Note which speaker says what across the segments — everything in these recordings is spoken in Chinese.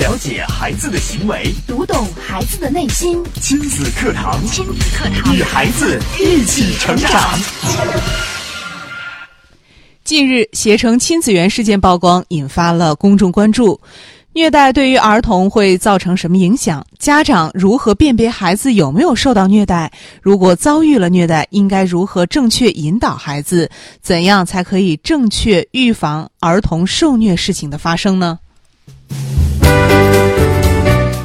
Speaker 1: 了解孩子的行为，
Speaker 2: 读懂孩子的内心，
Speaker 1: 亲子课堂，
Speaker 2: 亲子课堂
Speaker 1: 与孩子一起成长。
Speaker 3: 近日，携程亲子园事件曝光，引发了公众关注。虐待对于儿童会造成什么影响？家长如何辨别孩子有没有受到虐待？如果遭遇了虐待，应该如何正确引导孩子？怎样才可以正确预防儿童受虐事情的发生呢？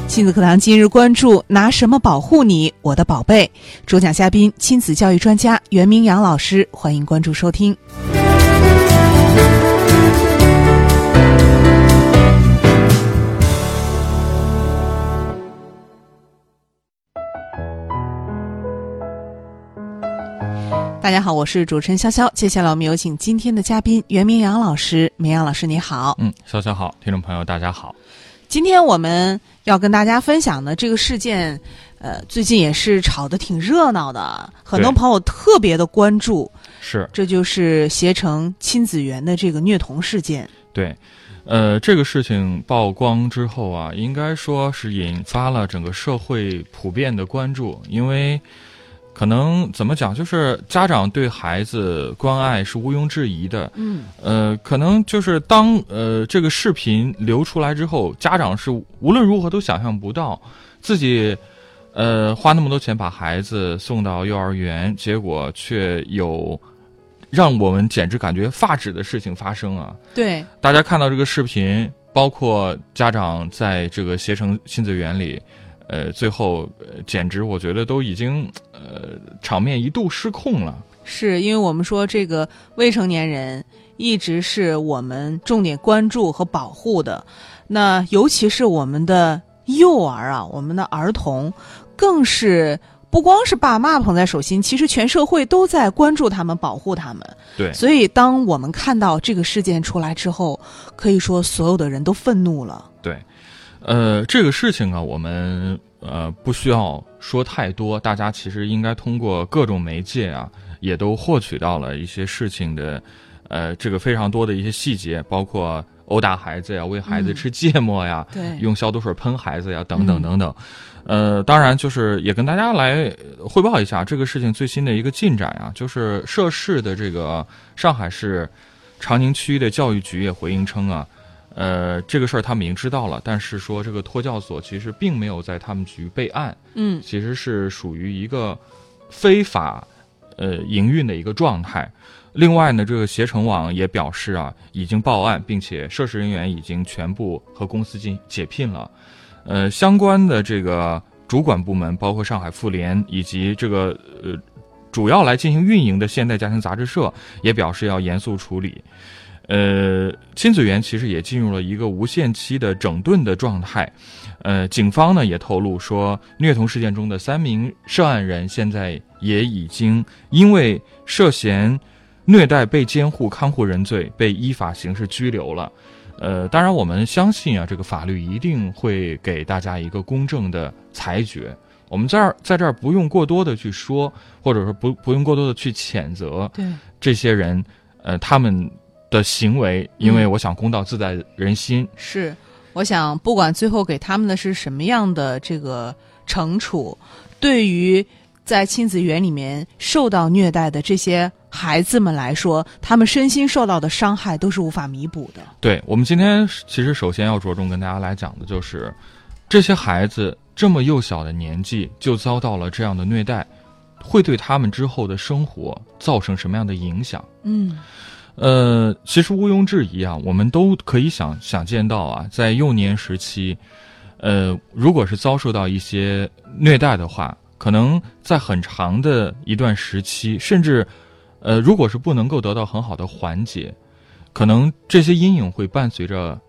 Speaker 3: 亲子课堂今日关注：拿什么保护你，我的宝贝？主讲嘉宾：亲子教育专家袁明阳老师，欢迎关注收听。大家好，我是主持人潇潇。接下来我们有请今天的嘉宾袁明阳老师。明阳老师，你好。
Speaker 4: 嗯，潇潇好，听众朋友大家好。
Speaker 3: 今天我们要跟大家分享的这个事件，呃，最近也是吵得挺热闹的，很多
Speaker 4: 对
Speaker 3: 朋友特别的关注。
Speaker 4: 是
Speaker 3: 这就是携程亲子园的这个虐童事件。
Speaker 4: 对，呃，这个事情曝光之后啊，应该说是引发了整个社会普遍的关注，因为可能怎么讲，就是家长对孩子关爱是毋庸置疑的。
Speaker 3: 嗯，
Speaker 4: 呃，可能就是当呃这个视频流出来之后，家长是无论如何都想象不到自己。呃，花那么多钱把孩子送到幼儿园，结果却有让我们简直感觉发指的事情发生啊！
Speaker 3: 对，
Speaker 4: 大家看到这个视频，包括家长在这个携程亲子园里，呃，最后、呃、简直我觉得都已经呃场面一度失控了。
Speaker 3: 是因为我们说这个未成年人一直是我们重点关注和保护的，那尤其是我们的幼儿啊，我们的儿童，更是不光是爸妈捧在手心，其实全社会都在关注他们、保护他们。
Speaker 4: 对
Speaker 3: 所以当我们看到这个事件出来之后，可以说所有的人都愤怒了。
Speaker 4: 对，呃，这个事情啊，我们呃不需要说太多，大家其实应该通过各种媒介啊，也都获取到了一些事情的，呃，这个非常多的一些细节，包括殴打孩子呀、喂孩子
Speaker 3: 嗯
Speaker 4: 吃芥末呀、
Speaker 3: 对
Speaker 4: 用消毒水喷孩子呀，等等等等。呃，当然就是也跟大家来呃汇报一下这个事情最新的一个进展啊，就是涉事的这个上海市长宁区的教育局也回应称啊。呃，这个事儿他们已经知道了，但是说这个托教所其实并没有在他们局备案，
Speaker 3: 嗯，
Speaker 4: 其实是属于一个非法呃营运的一个状态。另外呢，这个携程网也表示啊，已经报案，并且涉事人员已经全部和公司进解聘了。呃，相关的这个主管部门，包括上海妇联以及这个呃主要来进行运营的现代家庭杂志社，也表示要严肃处理。呃，亲子园其实也进入了一个无限期的整顿的状态。呃，警方呢也透露说，虐童事件中的三名涉案人现在也已经因为涉嫌虐待被监护看护人罪被依法刑事拘留了。呃，当然，我们相信啊，这个法律一定会给大家一个公正的裁决。我们在这儿在这儿不用过多的去说，或者说不不用过多的去谴责
Speaker 3: 对，
Speaker 4: 这些人，呃，他们的行为，因为我想公道自在人心。
Speaker 3: 是，我想不管最后给他们的是什么样的这个惩处，对于在亲子园里面受到虐待的这些孩子们来说，他们身心受到的伤害都是无法弥补的。
Speaker 4: 对我们今天是其实首先要着重跟大家来讲的就是，这些孩子这么幼小的年纪就遭到了这样的虐待，会对他们之后的生活造成什么样的影响？
Speaker 3: 嗯，
Speaker 4: 呃，其实毋庸置疑啊，我们都可以想想见到啊，在幼年时期，呃，如果是遭受到一些虐待的话，可能在很长的一段时期，甚至，呃，如果是不能够得到很好的缓解，可能这些阴影会伴随着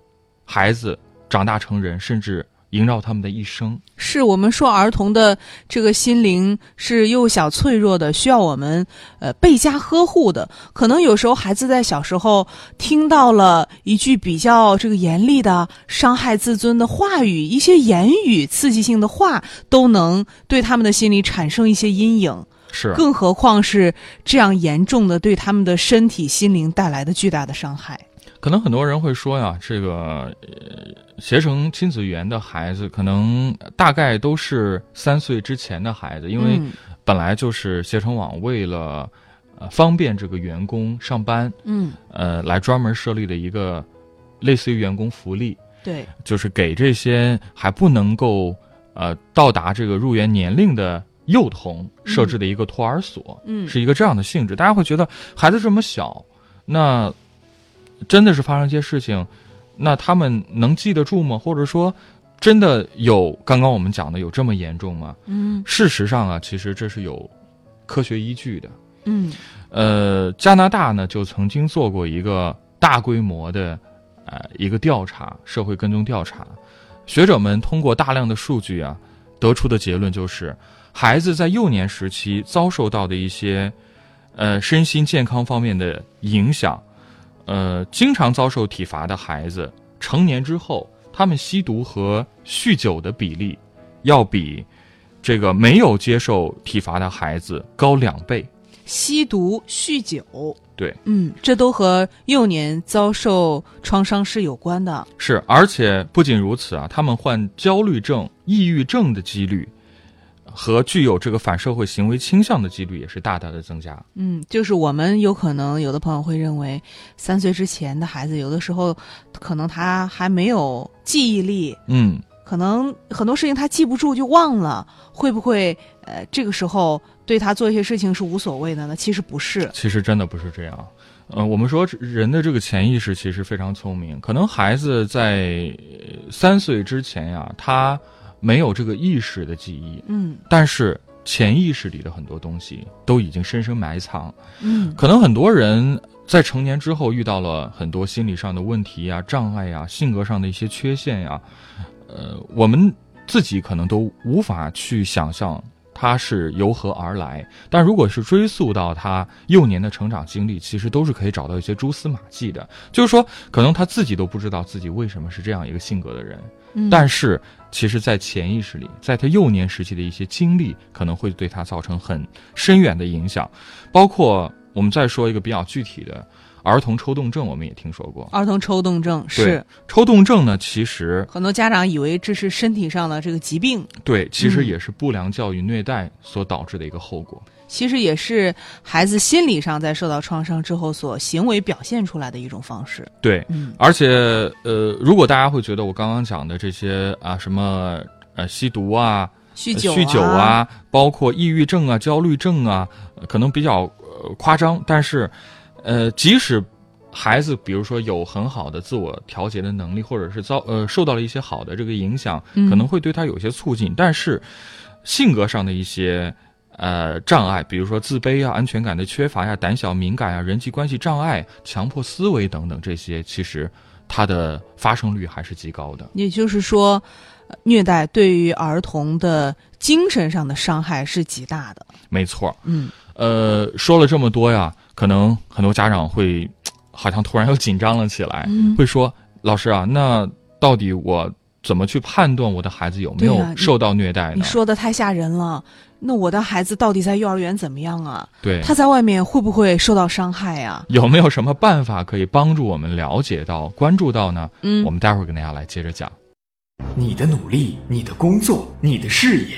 Speaker 4: 孩子长大成人，甚至萦绕他们的一生。
Speaker 3: 是我们说儿童的这个心灵是幼小脆弱的，需要我们呃倍加呵护的。可能有时候孩子在小时候听到了一句比较这个严厉的伤害自尊的话语，一些言语刺激性的话，都能对他们的心理产生一些阴影。
Speaker 4: 是
Speaker 3: 更何况是这样严重的对他们的身体、心灵带来的巨大的伤害。
Speaker 4: 可能很多人会说呀，这个呃携程亲子园的孩子，可能大概都是三岁之前的孩子，因为
Speaker 3: 嗯
Speaker 4: 本来就是携程网为了呃方便这个员工上班，
Speaker 3: 嗯，
Speaker 4: 呃，来专门设立的一个类似于员工福利，
Speaker 3: 对，
Speaker 4: 就是给这些还不能够呃到达这个入园年龄的幼童设置的一个托儿所，
Speaker 3: 嗯
Speaker 4: 是一个这样的性质。大家会觉得孩子这么小，那真的是发生一些事情，那他们能记得住吗？或者说，真的有刚刚我们讲的有这么严重吗？
Speaker 3: 嗯
Speaker 4: 事实上啊，其实这是有科学依据的。
Speaker 3: 嗯
Speaker 4: 呃，加拿大呢就曾经做过一个大规模的呃一个调查，社会跟踪调查，学者们通过大量的数据啊，得出的结论就是，孩子在幼年时期遭受到的一些呃身心健康方面的影响，呃，经常遭受体罚的孩子，成年之后，他们吸毒和酗酒的比例，要比这个没有接受体罚的孩子高两倍。
Speaker 3: 吸毒、酗酒，
Speaker 4: 对，
Speaker 3: 嗯，这都和幼年遭受创伤是有关的。
Speaker 4: 是，而且不仅如此啊，他们患焦虑症、抑郁症的几率和具有这个反社会行为倾向的几率也是大大的增加。
Speaker 3: 嗯，就是我们有可能有的朋友会认为，三岁之前的孩子有的时候可能他还没有记忆力，
Speaker 4: 嗯，
Speaker 3: 可能很多事情他记不住就忘了，会不会呃这个时候对他做一些事情是无所谓的呢？其实不是，
Speaker 4: 其实真的不是这样。呃，我们说人的这个潜意识其实非常聪明，可能孩子在呃三岁之前呀、他没有这个意识的记忆，
Speaker 3: 嗯
Speaker 4: 但是潜意识里的很多东西都已经深深埋藏。
Speaker 3: 嗯
Speaker 4: 可能很多人在成年之后遇到了很多心理上的问题呀、啊障碍呀、性格上的一些缺陷呀、呃，我们自己可能都无法去想象它是由何而来。但如果是追溯到他幼年的成长经历，其实都是可以找到一些蛛丝马迹的。就是说，可能他自己都不知道自己为什么是这样一个性格的人，
Speaker 3: 嗯，
Speaker 4: 但是其实，在潜意识里，在他幼年时期的一些经历，可能会对他造成很深远的影响。包括我们再说一个比较具体的，儿童抽动症，我们也听说过。
Speaker 3: 儿童抽动症是
Speaker 4: 对抽动症呢，其实
Speaker 3: 很多家长以为这是身体上的这个疾病，
Speaker 4: 对，其
Speaker 3: 嗯
Speaker 4: 实也是不良教育、虐待所导致的一个后果。
Speaker 3: 其实也是孩子心理上在受到创伤之后所行为表现出来的一种方式。
Speaker 4: 对，
Speaker 3: 嗯
Speaker 4: 而且呃，如果大家会觉得我刚刚讲的这些啊，什么呃吸毒啊、
Speaker 3: 酗酒、
Speaker 4: 酗酒，啊，包括抑郁症啊、焦虑症啊，呃可能比较呃夸张，但是，呃，即使孩子比如说有很好的自我调节的能力，或者是遭呃受到了一些好的这个影响，
Speaker 3: 嗯
Speaker 4: 可能会对他有一些促进，但是性格上的一些。呃，障碍，比如说自卑啊、安全感的缺乏呀、胆小、敏感啊、人际关系障碍、强迫思维等等，这些其实它的发生率还是极高的。
Speaker 3: 也就是说，呃虐待对于儿童的精神上的伤害是极大的。
Speaker 4: 没错，
Speaker 3: 嗯
Speaker 4: 呃，说了这么多呀，可能很多家长会好像突然又紧张了起来，
Speaker 3: 嗯
Speaker 4: 会说：“老师啊，那到底我怎么去判断我的孩子有
Speaker 3: 对
Speaker 4: 没
Speaker 3: 啊
Speaker 4: 有
Speaker 3: 你
Speaker 4: 受到虐待呢？”
Speaker 3: 你说的太吓人了。那我的孩子到底在幼儿园怎么样啊？
Speaker 4: 对，
Speaker 3: 他在外面会不会受到伤害啊呀、
Speaker 4: 有没有什么办法可以帮助我们了解到、关注到呢？
Speaker 3: 嗯
Speaker 4: 我们待会儿跟大家来接着讲。
Speaker 1: 你的努力，你的工作，你的事业，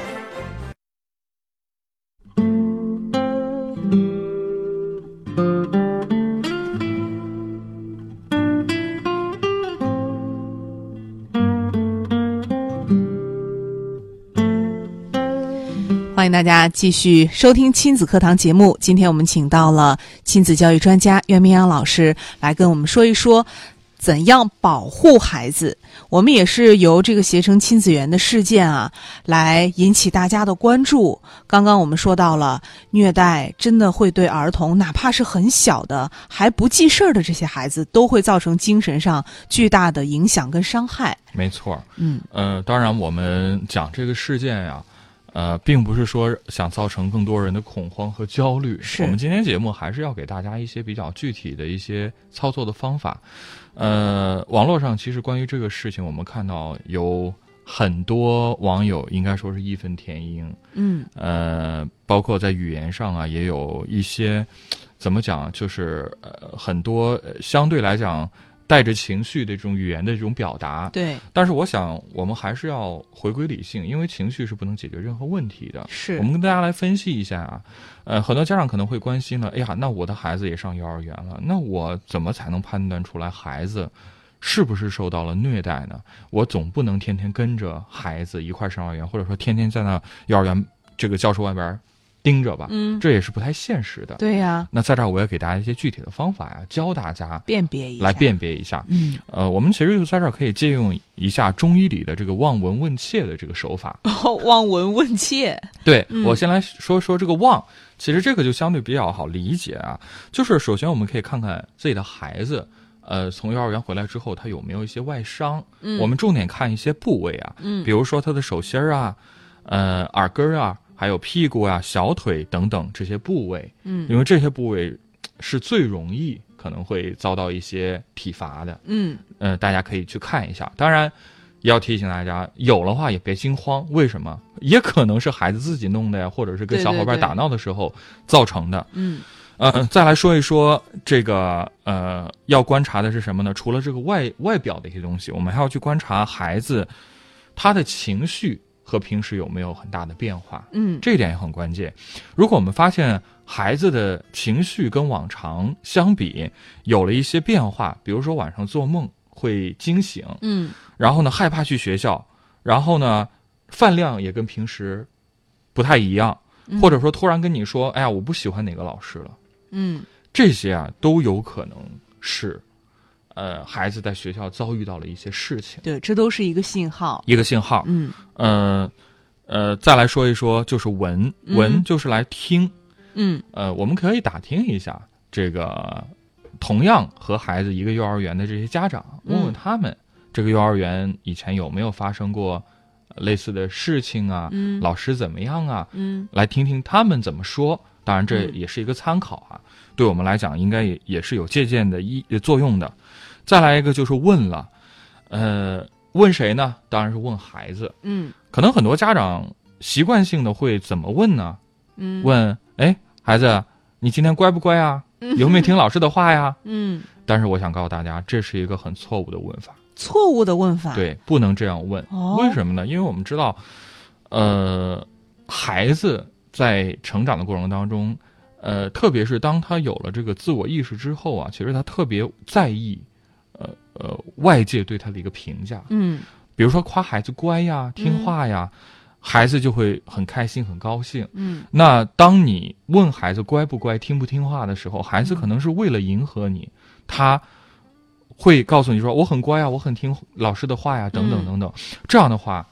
Speaker 3: 欢迎大家继续收听亲子课堂节目。今天我们请到了亲子教育专家袁明阳老师来跟我们说一说。怎样保护孩子？我们也是由这个携程亲子园的事件啊，来引起大家的关注。刚刚我们说到了，虐待真的会对儿童，哪怕是很小的还不记事儿的这些孩子，都会造成精神上巨大的影响跟伤害。
Speaker 4: 没错，
Speaker 3: 嗯
Speaker 4: 呃，当然我们讲这个事件呀、呃，并不是说想造成更多人的恐慌和焦虑。
Speaker 3: 是
Speaker 4: 我们今天节目还是要给大家一些比较具体的一些操作的方法。呃，网络上其实关于这个事情，我们看到有很多网友应该说是义愤填膺，
Speaker 3: 嗯
Speaker 4: 呃，包括在语言上啊，也有一些怎么讲，啊就是呃很多呃相对来讲带着情绪的这种语言的这种表达，
Speaker 3: 对，
Speaker 4: 但是我想，我们还是要回归理性，因为情绪是不能解决任何问题的。
Speaker 3: 是
Speaker 4: 我们跟大家来分析一下啊，呃，很多家长可能会关心了，哎呀，那我的孩子也上幼儿园了，那我怎么才能判断出来孩子是不是受到了虐待呢？我总不能天天跟着孩子一块儿上幼儿园，或者说天天在那幼儿园这个教室外边儿盯着吧，
Speaker 3: 嗯
Speaker 4: 这也是不太现实的。
Speaker 3: 对呀、
Speaker 4: 那在这儿我也给大家一些具体的方法呀、教大家
Speaker 3: 辨别一下，
Speaker 4: 来辨别一下。
Speaker 3: 嗯，
Speaker 4: 呃，我们其实就在这儿可以借用一下中医里的这个望闻问切的这个手法。
Speaker 3: 哦望闻问切，
Speaker 4: 对、
Speaker 3: 嗯
Speaker 4: 我先来说说这个望，其实这个就相对比较好理解啊。就是首先我们可以看看自己的孩子，呃，从幼儿园回来之后他有没有一些外伤。
Speaker 3: 嗯
Speaker 4: 我们重点看一些部位啊，
Speaker 3: 嗯
Speaker 4: 比如说他的手心儿啊，呃，耳根儿啊，还有屁股啊、小腿等等这些部位，
Speaker 3: 嗯
Speaker 4: 因为这些部位是最容易可能会遭到一些体罚的。
Speaker 3: 嗯，
Speaker 4: 呃，大家可以去看一下。当然，也要提醒大家，有的话也别惊慌。为什么？也可能是孩子自己弄的呀，或者是跟
Speaker 3: 对
Speaker 4: 小
Speaker 3: 对
Speaker 4: 伙伴
Speaker 3: 对
Speaker 4: 打闹的时候造成的。
Speaker 3: 嗯
Speaker 4: 呃，再来说一说这个呃，要观察的是什么呢？除了这个外外表的一些东西，我们还要去观察孩子他的情绪和平时有没有很大的变化。
Speaker 3: 嗯，
Speaker 4: 这一点也很关键。如果我们发现孩子的情绪跟往常相比有了一些变化，比如说晚上做梦会惊醒，
Speaker 3: 嗯
Speaker 4: 然后呢害怕去学校，然后呢饭量也跟平时不太一样，或者说突然跟你说：“哎呀，我不喜欢哪个老师了。
Speaker 3: 嗯”
Speaker 4: 这些啊都有可能是，呃，孩子在学校遭遇到了一些事情，
Speaker 3: 对，这都是一个信号，
Speaker 4: 一个信号。
Speaker 3: 嗯
Speaker 4: 呃，呃，再来说一说，就是闻，
Speaker 3: 嗯
Speaker 4: 闻就是来听。
Speaker 3: 嗯
Speaker 4: 呃，我们可以打听一下这个同样和孩子一个幼儿园的这些家长，
Speaker 3: 嗯
Speaker 4: 问问他们、这个幼儿园以前有没有发生过呃类似的事情啊，
Speaker 3: 嗯
Speaker 4: 老师怎么样啊，
Speaker 3: 嗯
Speaker 4: 来听听他们怎么说。当然，这
Speaker 3: 嗯
Speaker 4: 也是一个参考啊，对我们来讲应该也也是有借鉴的一作用的。再来一个就是问了，呃，问谁呢？当然是问孩子。
Speaker 3: 嗯
Speaker 4: 可能很多家长习惯性的会怎么问呢？
Speaker 3: 嗯，
Speaker 4: 问，哎，孩子，你今天乖不乖啊？有没有听老师的话呀？
Speaker 3: 嗯
Speaker 4: 但是我想告诉大家，这是一个很错误的问法，
Speaker 3: 错误的问法，，
Speaker 4: 对，不能这样问。
Speaker 3: 啊哦
Speaker 4: 为什么呢？因为我们知道，呃，孩子在成长的过程当中，呃，特别是当他有了这个自我意识之后啊，其实他特别在意，呃呃，外界对他的一个评价。
Speaker 3: 嗯
Speaker 4: 比如说夸孩子乖呀、听话呀，孩子就会很开心、很高兴。
Speaker 3: 嗯
Speaker 4: 那当你问孩子乖不乖、听不听话的时候，孩子可能是为了迎合你，他会告诉你说：“我很乖啊，我很听老师的话呀，等等
Speaker 3: 嗯
Speaker 4: 等等。这样的话，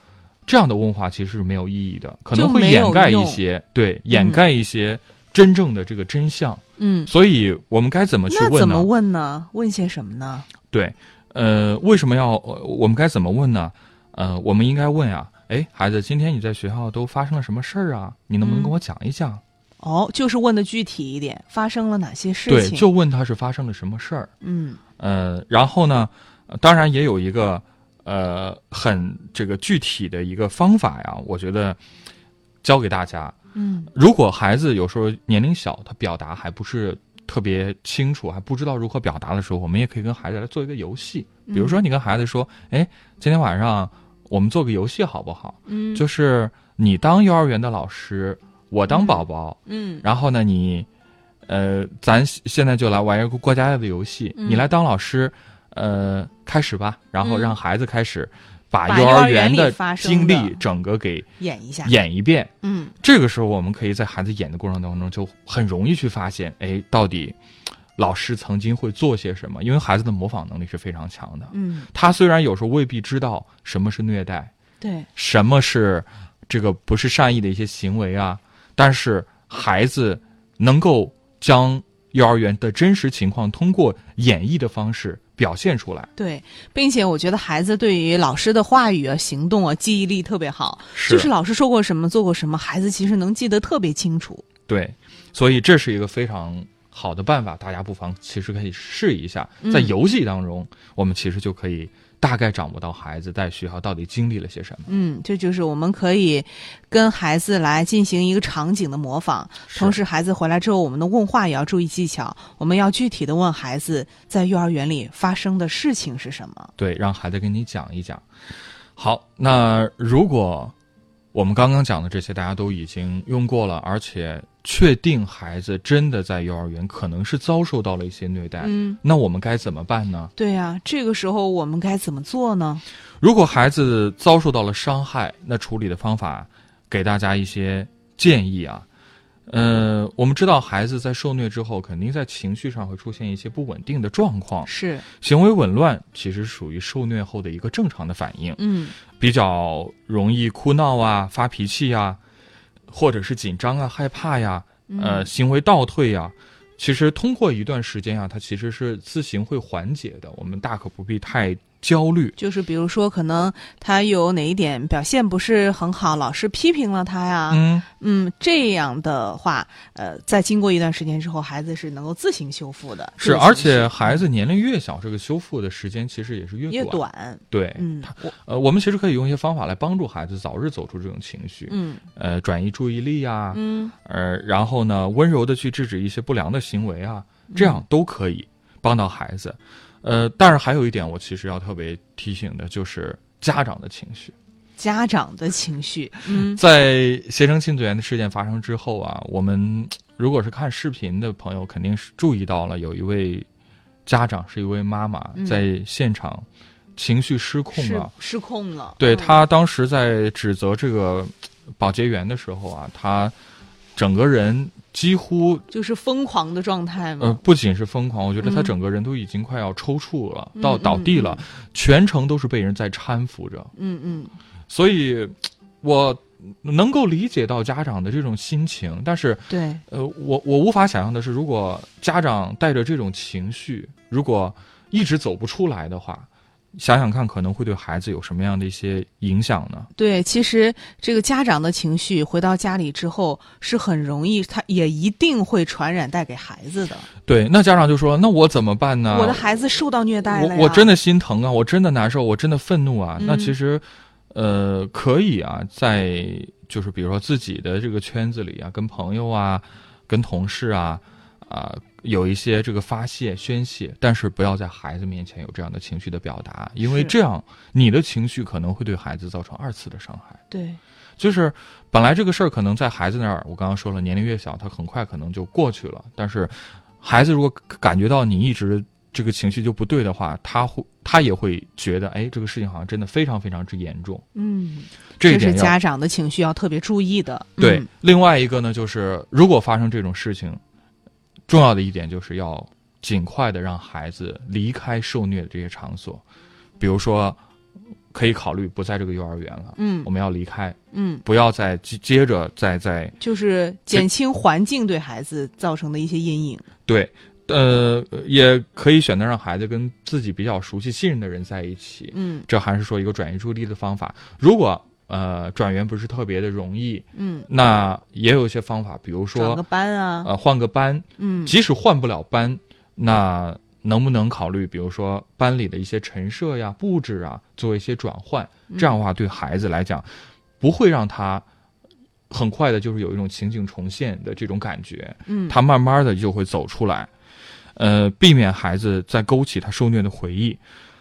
Speaker 4: 这样的问话其实是没有意义的，可能
Speaker 3: 就
Speaker 4: 会
Speaker 3: 没有
Speaker 4: 掩盖一
Speaker 3: 用
Speaker 4: 些对掩盖一些真正的这个真相。
Speaker 3: 嗯，
Speaker 4: 所以我们该怎么去
Speaker 3: 那
Speaker 4: 问
Speaker 3: 怎
Speaker 4: 呢？
Speaker 3: 么问呢？问些什么呢？
Speaker 4: 对，呃，为什么要呃我们该怎么问呢？呃，我们应该问啊，哎，孩子，今天你在学校都发生了什么事儿啊？你能不能
Speaker 3: 嗯
Speaker 4: 跟我讲一讲？
Speaker 3: 哦，就是问的具体一点，发生了哪些事
Speaker 4: 对，
Speaker 3: 情？
Speaker 4: 就问他是发生了什么事儿。
Speaker 3: 嗯
Speaker 4: 呃，然后呢，呃当然也有一个呃很这个具体的一个方法呀，我觉得教给大家。
Speaker 3: 嗯
Speaker 4: 如果孩子有时候年龄小，他表达还不是特别清楚，还不知道如何表达的时候，我们也可以跟孩子来做一个游戏。
Speaker 3: 嗯
Speaker 4: 比如说，你跟孩子说：“哎，今天晚上我们做个游戏好不好？
Speaker 3: 嗯
Speaker 4: 就是你当幼儿园的老师，我当宝宝，
Speaker 3: 嗯
Speaker 4: 然后呢，你，呃，咱现在就来玩一个过家家的游戏，
Speaker 3: 嗯
Speaker 4: 你来当老师，呃，开始吧，然后
Speaker 3: 嗯
Speaker 4: 让孩子开始把
Speaker 3: 把
Speaker 4: 幼
Speaker 3: 幼儿
Speaker 4: 园
Speaker 3: 园里
Speaker 4: 的
Speaker 3: 发生
Speaker 4: 经
Speaker 3: 的
Speaker 4: 历整个给
Speaker 3: 演一下，
Speaker 4: 演一遍。
Speaker 3: 嗯
Speaker 4: 这个时候，我们可以在孩子演的过程当中，就很容易去发现，哎，到底老师曾经会做些什么，因为孩子的模仿能力是非常强的。
Speaker 3: 嗯，
Speaker 4: 他虽然有时候未必知道什么是虐待，
Speaker 3: 对，
Speaker 4: 什么是这个不是善意的一些行为啊，但是孩子能够将幼儿园的真实情况通过演绎的方式表现出来。
Speaker 3: 对，并且我觉得孩子对于老师的话语啊、行动啊，记忆力特别好，
Speaker 4: 是
Speaker 3: 就是老师说过什么、做过什么，孩子其实能记得特别清楚。
Speaker 4: 对，所以这是一个非常好的办法，大家不妨其实可以试一下，
Speaker 3: 嗯
Speaker 4: 在游戏当中，我们其实就可以大概掌握到孩子在学校到底经历了些什么。
Speaker 3: 嗯，这就是我们可以跟孩子来进行一个场景的模仿，
Speaker 4: 是
Speaker 3: 同时孩子回来之后，我们的问话也要注意技巧，我们要具体的问孩子在幼儿园里发生的事情是什么。
Speaker 4: 对，让孩子跟你讲一讲。好，那如果我们刚刚讲的这些大家都已经用过了，而且确定孩子真的在幼儿园可能是遭受到了一些虐待，
Speaker 3: 嗯，
Speaker 4: 那我们该怎么办呢？
Speaker 3: 对呀、这个时候我们该怎么做呢？
Speaker 4: 如果孩子遭受到了伤害，那处理的方法，给大家一些建议啊。呃，我们知道孩子在受虐之后，肯定在情绪上会出现一些不稳定的状况，
Speaker 3: 是，
Speaker 4: 行为紊乱其实属于受虐后的一个正常的反应，
Speaker 3: 嗯，
Speaker 4: 比较容易哭闹啊、发脾气呀、或者是紧张啊、害怕呀、
Speaker 3: 嗯
Speaker 4: 呃，行为倒退呀、其实通过一段时间啊，它其实是自行会缓解的，我们大可不必太焦虑。
Speaker 3: 就是比如说，可能他有哪一点表现不是很好，老师批评了他呀，
Speaker 4: 嗯，
Speaker 3: 嗯，这样的话，呃，在经过一段时间之后，孩子是能够自行修复的。
Speaker 4: 是，
Speaker 3: 这个
Speaker 4: 而
Speaker 3: 情绪
Speaker 4: 且孩子年龄越小，这个修复的时间其实也是越
Speaker 3: 越
Speaker 4: 短。
Speaker 3: 短，
Speaker 4: 对，
Speaker 3: 嗯，我
Speaker 4: 呃，我们其实可以用一些方法来帮助孩子早日走出这种情绪，
Speaker 3: 嗯
Speaker 4: 呃，转移注意力啊，
Speaker 3: 嗯，
Speaker 4: 呃，然后呢，温柔的去制止一些不良的行为啊，这样都可以帮到孩子。呃，但是还有一点，我其实要特别提醒的就是家长的情绪。
Speaker 3: 家长的情绪，嗯
Speaker 4: 在携程亲子园的事件发生之后啊，我们如果是看视频的朋友，肯定是注意到了，有一位家长是一位妈妈
Speaker 3: 嗯
Speaker 4: 在现场情绪失控
Speaker 3: 失
Speaker 4: 啊，
Speaker 3: 失控了。
Speaker 4: 对
Speaker 3: 嗯，
Speaker 4: 她当时在指责这个呃保洁员的时候啊，她整个人几乎
Speaker 3: 就是疯狂的状态
Speaker 4: 呃，
Speaker 3: 嘛。
Speaker 4: 不仅是疯狂，我觉得他
Speaker 3: 嗯
Speaker 4: 整个人都已经快要抽搐了，
Speaker 3: 嗯
Speaker 4: 到
Speaker 3: 嗯
Speaker 4: 倒地
Speaker 3: 嗯
Speaker 4: 了，全程都是被人在搀扶着。
Speaker 3: 嗯嗯，
Speaker 4: 所以，我能够理解到家长的这种心情，但是，
Speaker 3: 对，
Speaker 4: 呃，我我无法想象的是，如果家长带着这种情绪，如果一直走不出来的话，想想看，可能会对孩子有什么样的一些影响呢？
Speaker 3: 对，其实这个家长的情绪回到家里之后是很容易，他也一定会传染带给孩子的。
Speaker 4: 对，那家长就说：“那我怎么办呢？
Speaker 3: 我的孩子受到虐待了
Speaker 4: 我
Speaker 3: 呀，
Speaker 4: 啊我真的心疼啊，我真的难受，我真的愤怒啊。那其
Speaker 3: 嗯
Speaker 4: 实，呃，可以啊，在就是比如说自己的这个圈子里啊，跟朋友啊，跟同事啊，啊、有一些这个发泄宣泄，但是不要在孩子面前有这样的情绪的表达，因为
Speaker 3: 是
Speaker 4: 这样你的情绪可能会对孩子造成二次的伤害。
Speaker 3: 对，
Speaker 4: 就是本来这个事儿可能在孩子那儿，我刚刚说了，年龄越小，他很快可能就过去了。但是，孩子如果感觉到你一直这个情绪就不对的话，他会他也会觉得，哎，这个事情好像真的非常非常之严重。
Speaker 3: 嗯，
Speaker 4: 这一
Speaker 3: 是
Speaker 4: 点要
Speaker 3: 家长的情绪要特别注意的。
Speaker 4: 对。
Speaker 3: 嗯
Speaker 4: 另外一个呢，就是如果发生这种事情，重要的一点就是要尽快的让孩子离开受虐的这些场所，比如说，可以考虑不在这个幼儿园了，
Speaker 3: 嗯
Speaker 4: 我们要离开，
Speaker 3: 嗯，
Speaker 4: 不要再接接着再再。
Speaker 3: 就是减轻环境对孩子造成的一些阴影。
Speaker 4: 对，呃，也可以选择让孩子跟自己比较熟悉、信任的人在一起。
Speaker 3: 嗯
Speaker 4: 这还是说一个转移注意力的方法。如果呃转园不是特别的容易，
Speaker 3: 嗯，
Speaker 4: 那也有一些方法，比如
Speaker 3: 转个
Speaker 4: 说
Speaker 3: 班啊，
Speaker 4: 呃换个班，
Speaker 3: 嗯，
Speaker 4: 即使换不了班，那能不能考虑，比如说班里的一些陈设呀、布置啊，做一些转换？
Speaker 3: 嗯
Speaker 4: 这样的话，对孩子来讲，不会让他很快的，就是有一种情景重现的这种感觉。
Speaker 3: 嗯
Speaker 4: 他慢慢的就会走出来，呃，避免孩子再勾起他受虐的回忆。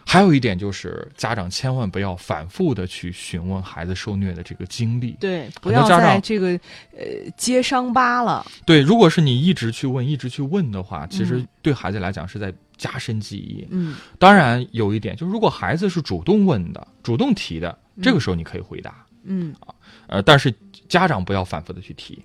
Speaker 4: 还有一点就是，家长千万不要反复的去询问孩子受虐的这个经历。
Speaker 3: 对，不
Speaker 4: 很
Speaker 3: 要
Speaker 4: 多家
Speaker 3: 在
Speaker 4: 长
Speaker 3: 这个呃揭伤疤了。
Speaker 4: 对，如果是你一直去问、一直去问的话，其实
Speaker 3: 嗯
Speaker 4: 对孩子来讲是在加深记忆。
Speaker 3: 嗯，
Speaker 4: 当然，有一点就是，如果孩子是主动问的、主动提的，这个时候你可以回答。
Speaker 3: 嗯，
Speaker 4: 呃，但是家长不要反复的去提。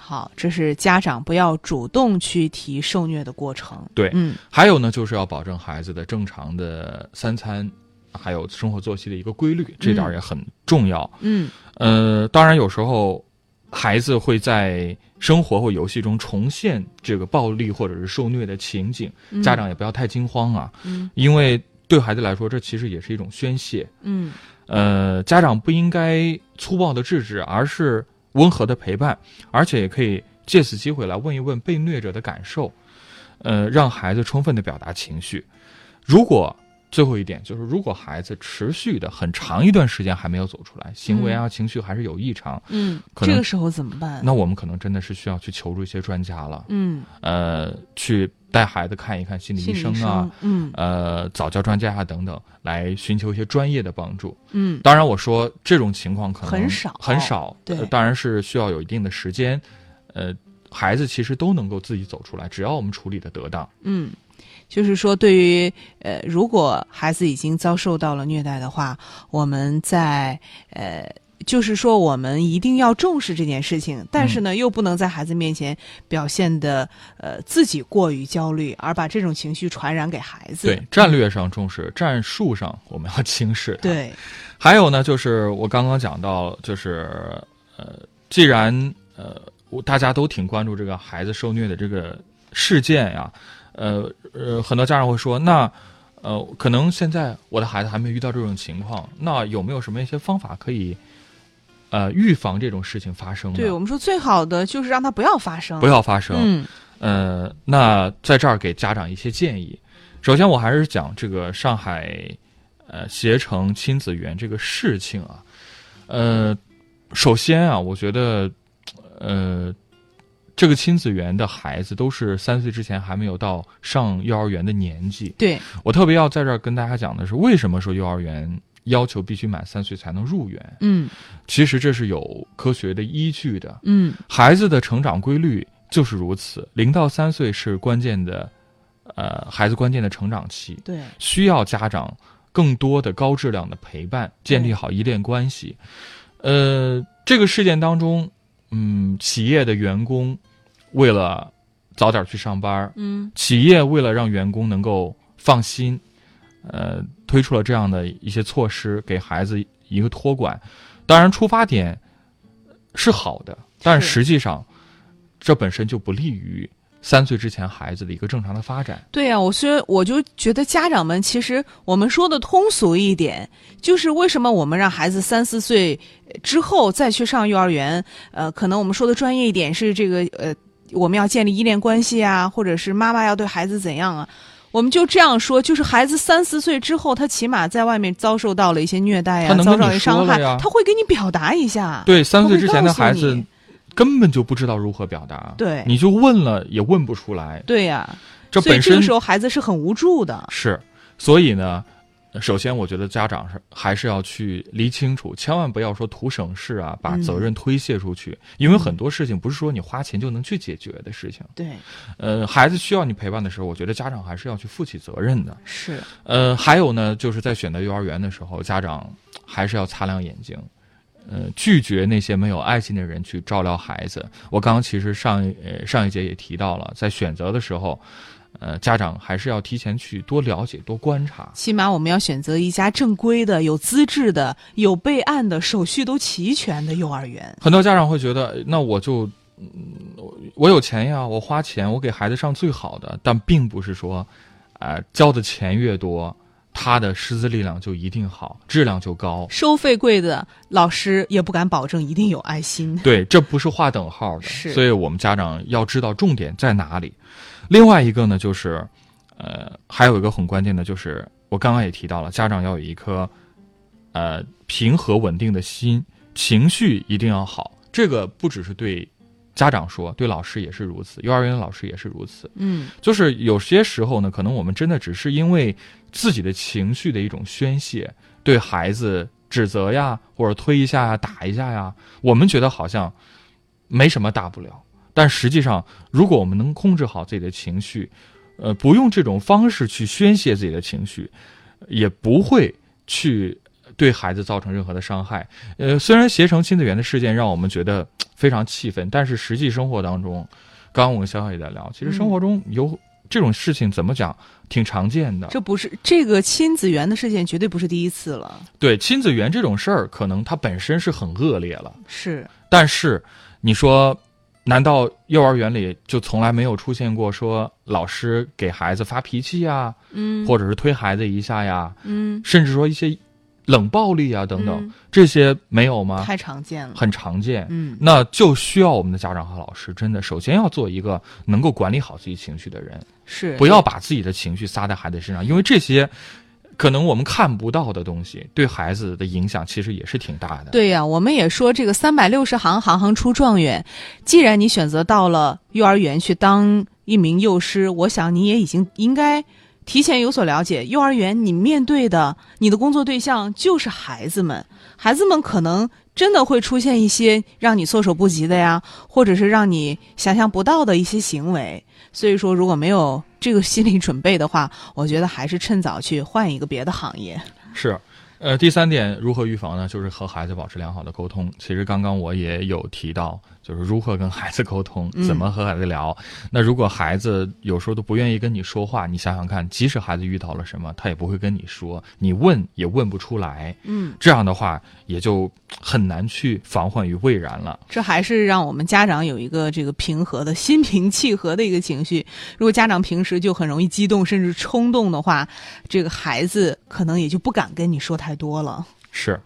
Speaker 3: 好，这是家长不要主动去提受虐的过程。
Speaker 4: 对
Speaker 3: 嗯
Speaker 4: 还有呢，就是要保证孩子的正常的三餐，还有生活作息的一个规律，这点儿也很重要。
Speaker 3: 嗯
Speaker 4: 呃，当然有时候孩子会在生活或游戏中重现这个暴力或者是受虐的情景，
Speaker 3: 嗯
Speaker 4: 家长也不要太惊慌啊，
Speaker 3: 嗯
Speaker 4: 因为对孩子来说，这其实也是一种宣泄。
Speaker 3: 嗯
Speaker 4: 呃，家长不应该粗暴的制止，而是温和的陪伴，而且也可以借此机会来问一问被虐者的感受，呃，让孩子充分的表达情绪。如果最后一点就是，如果孩子持续的很长一段时间还没有走出来，行为啊、情绪还是有异常，
Speaker 3: 嗯，
Speaker 4: 可
Speaker 3: 这
Speaker 4: 能
Speaker 3: 个时候怎么办？
Speaker 4: 那我们可能真的是需要去求助一些专家了，
Speaker 3: 嗯，
Speaker 4: 呃，去带孩子看一看心理
Speaker 3: 心
Speaker 4: 医
Speaker 3: 理
Speaker 4: 生
Speaker 3: 医
Speaker 4: 啊
Speaker 3: 生，，嗯
Speaker 4: 呃，早教专家啊等等，来寻求一些专业的帮助。
Speaker 3: 嗯
Speaker 4: 当然，我说这种情况可能
Speaker 3: 很少
Speaker 4: 很少。
Speaker 3: 对
Speaker 4: 呃当然是需要有一定的时间。呃，孩子其实都能够自己走出来，只要我们处理的得当。
Speaker 3: 嗯，就是说，对于呃，如果孩子已经遭受到了虐待的话，我们在呃。就是说，我们一定要重视这件事情，但是
Speaker 4: 嗯
Speaker 3: 呢，又不能在孩子面前表现的呃自己过于焦虑，而把这种情绪传染给孩子。
Speaker 4: 对，战略上重视，战术上我们要轻视它。，
Speaker 3: 对，
Speaker 4: 还有呢，就是我刚刚讲到，就是呃，既然呃，我大家都挺关注这个孩子受虐的这个事件呀、呃呃，很多家长会说，那呃，可能现在我的孩子还没有遇到这种情况，那有没有什么一些方法可以呃预防这种事情发生呢？
Speaker 3: 对我们说最好的就是让它不要发生，
Speaker 4: 嗯不要发生。
Speaker 3: 嗯
Speaker 4: 呃，那在这儿给家长一些建议。首先，我还是讲这个上海呃携程亲子园这个事情啊。呃，首先啊，我觉得呃，这个亲子园的孩子都是三岁之前还没有到上幼儿园的年纪。
Speaker 3: 对，
Speaker 4: 我特别要在这儿跟大家讲的是，为什么说幼儿园要求必须满三岁才能入园？
Speaker 3: 嗯
Speaker 4: 其实这是有科学的依据的。
Speaker 3: 嗯
Speaker 4: 孩子的成长规律就是如此，零到三岁是关键的，呃，孩子关键的成长期，
Speaker 3: 对，
Speaker 4: 需要家长更多的高质量的陪伴，建
Speaker 3: 嗯
Speaker 4: 立好依恋关系。呃，这个事件当中，嗯，企业的员工为了早点去上班，
Speaker 3: 嗯
Speaker 4: 企业为了让员工能够放心，呃，推出了这样的一些措施，给孩子一个托管。当然，出发点是好的，但
Speaker 3: 是
Speaker 4: 实际上，这本身就不利于三岁之前孩子的一个正常的发展。
Speaker 3: 对呀、我虽然我就觉得家长们其实我们说的通俗一点，就是为什么我们让孩子三四岁呃之后再去上幼儿园，呃，可能我们说的专业一点是这个呃，我们要建立依恋关系啊，或者是妈妈要对孩子怎样啊。我们就这样说，就是孩子三四岁之后，他起码在外面遭受到了一些虐待呀、
Speaker 4: 他能
Speaker 3: 遭
Speaker 4: 跟
Speaker 3: 受
Speaker 4: 你
Speaker 3: 一些
Speaker 4: 说
Speaker 3: 伤
Speaker 4: 了
Speaker 3: 害
Speaker 4: 呀，
Speaker 3: 他会给你表达一下。
Speaker 4: 对，三岁之前
Speaker 3: 他
Speaker 4: 的
Speaker 3: 会告
Speaker 4: 孩
Speaker 3: 诉你
Speaker 4: 子根本就不知道如何表达，
Speaker 3: 对
Speaker 4: 你就问了也问不出来，
Speaker 3: 对呀、
Speaker 4: 这
Speaker 3: 所以
Speaker 4: 本
Speaker 3: 这
Speaker 4: 身
Speaker 3: 个时候孩子是很无助的。
Speaker 4: 是，所以呢，首先我觉得家长是还是要去理清楚，千万不要说图省事啊，把
Speaker 3: 嗯
Speaker 4: 责任推卸出去，因为很多事情不是说你花钱就能去解决的事情。
Speaker 3: 对，
Speaker 4: 呃，孩子需要你陪伴的时候，我觉得家长还是要去负起责任的。
Speaker 3: 是，
Speaker 4: 呃，还有呢，就是在选择幼儿园的时候，家长还是要擦亮眼睛。呃，拒绝那些没有爱心的人去照料孩子。我刚刚其实上一呃上一节也提到了，在选择的时候，呃，家长还是要提前去多了解、多观察。
Speaker 3: 起码我们要选择一家正规的、有资质的、有备案的、手续都齐全的幼儿园。
Speaker 4: 很多家长会觉得，呃那我就，嗯，我我有钱呀，我花钱，我给孩子上最好的，但并不是说，啊、交的钱越多，他的师资力量就一定好，质量就高。
Speaker 3: 收费贵的老师也不敢保证一定有爱心。
Speaker 4: 对，这不是划等号的，
Speaker 3: 是
Speaker 4: 所以我们家长要知道重点在哪里。另外一个呢，就是，呃，还有一个很关键的，就是我刚刚也提到了，家长要有一颗，呃，平和稳定的心，情绪一定要好。这个不只是对家长说，对老师也是如此，幼儿园的老师也是如此。
Speaker 3: 嗯，
Speaker 4: 就是有些时候呢，可能我们真的只是因为自己的情绪的一种宣泄，对孩子指责呀，或者推一下呀、打一下呀，我们觉得好像没什么大不了。但实际上，如果我们能控制好自己的情绪，呃，不用这种方式去宣泄自己的情绪，也不会去对孩子造成任何的伤害。呃，虽然携程亲子园的事件让我们觉得嘖非常气愤，但是实际生活当中，刚刚我跟小小也在聊，其实生活中有这种事情，怎么讲，挺常见的。
Speaker 3: 这不是这个亲子园的事件，绝对不是第一次了。
Speaker 4: 对亲子园这种事儿，可能它本身是很恶劣了，
Speaker 3: 是，
Speaker 4: 但是你说难道幼儿园里就从来没有出现过说老师给孩子发脾气呀，
Speaker 3: 嗯
Speaker 4: 或者是推孩子一下呀，
Speaker 3: 嗯，
Speaker 4: 甚至说一些冷暴力啊等等，
Speaker 3: 嗯
Speaker 4: 这些没有吗？
Speaker 3: 太常见了。
Speaker 4: 很常见。
Speaker 3: 嗯
Speaker 4: 那就需要我们的家长和老师，真的首先要做一个能够管理好自己情绪的人，
Speaker 3: 是
Speaker 4: 不要把自己的情绪撒在孩子身上，因为这些可能我们看不到的东西，对孩子的影响其实也是挺大的。，
Speaker 3: 对呀、我们也说这个三百六十行，行行出状元。既然你选择到了幼儿园去当一名幼师，我想你也已经应该提前有所了解。幼儿园你面对的你的工作对象就是孩子们，孩子们可能真的会出现一些让你措手不及的呀，或者是让你想象不到的一些行为。所以说，如果没有这个心理准备的话，我觉得还是趁早去换一个别的行业。
Speaker 4: 是。呃，第三点如何预防呢？就是和孩子保持良好的沟通。其实刚刚我也有提到，就是如何跟孩子沟通，
Speaker 3: 嗯
Speaker 4: 怎么和孩子聊。那如果孩子有时候都不愿意跟你说话，你想想看，即使孩子遇到了什么，他也不会跟你说，你问也问不出来。
Speaker 3: 嗯，
Speaker 4: 这样的话也就很难去防患于未然了。
Speaker 3: 这还是让我们家长有一个这个平和的心平气和的一个情绪。如果家长平时就很容易激动甚至冲动的话，这个孩子可能也就不敢跟你说太多了。
Speaker 4: 是，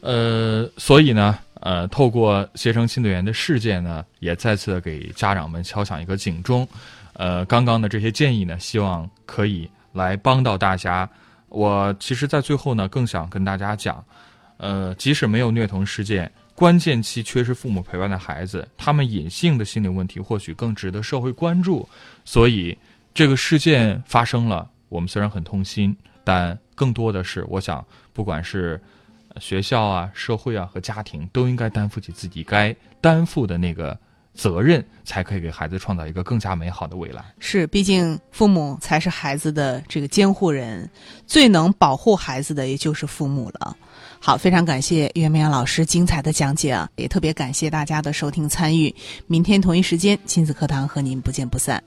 Speaker 4: 呃，所以呢，呃，透过携程新队员的事件呢，也再次地给家长们敲响一个警钟。呃，刚刚的这些建议呢，希望可以来帮到大家。我其实，在最后呢，更想跟大家讲，呃，即使没有虐童事件，关键期缺失父母陪伴的孩子，他们隐性的心理问题或许更值得社会关注。所以，这个事件发生了，我们虽然很痛心，但更多的是，我想，不管是呃学校啊、社会啊和家庭，都应该担负起自己该担负的那个责任，才可以给孩子创造一个更加美好的未来。
Speaker 3: 是，毕竟父母才是孩子的这个监护人，最能保护孩子的也就是父母了。好，非常感谢袁明阳老师精彩的讲解啊，也特别感谢大家的收听参与。明天同一时间，亲子课堂和您不见不散。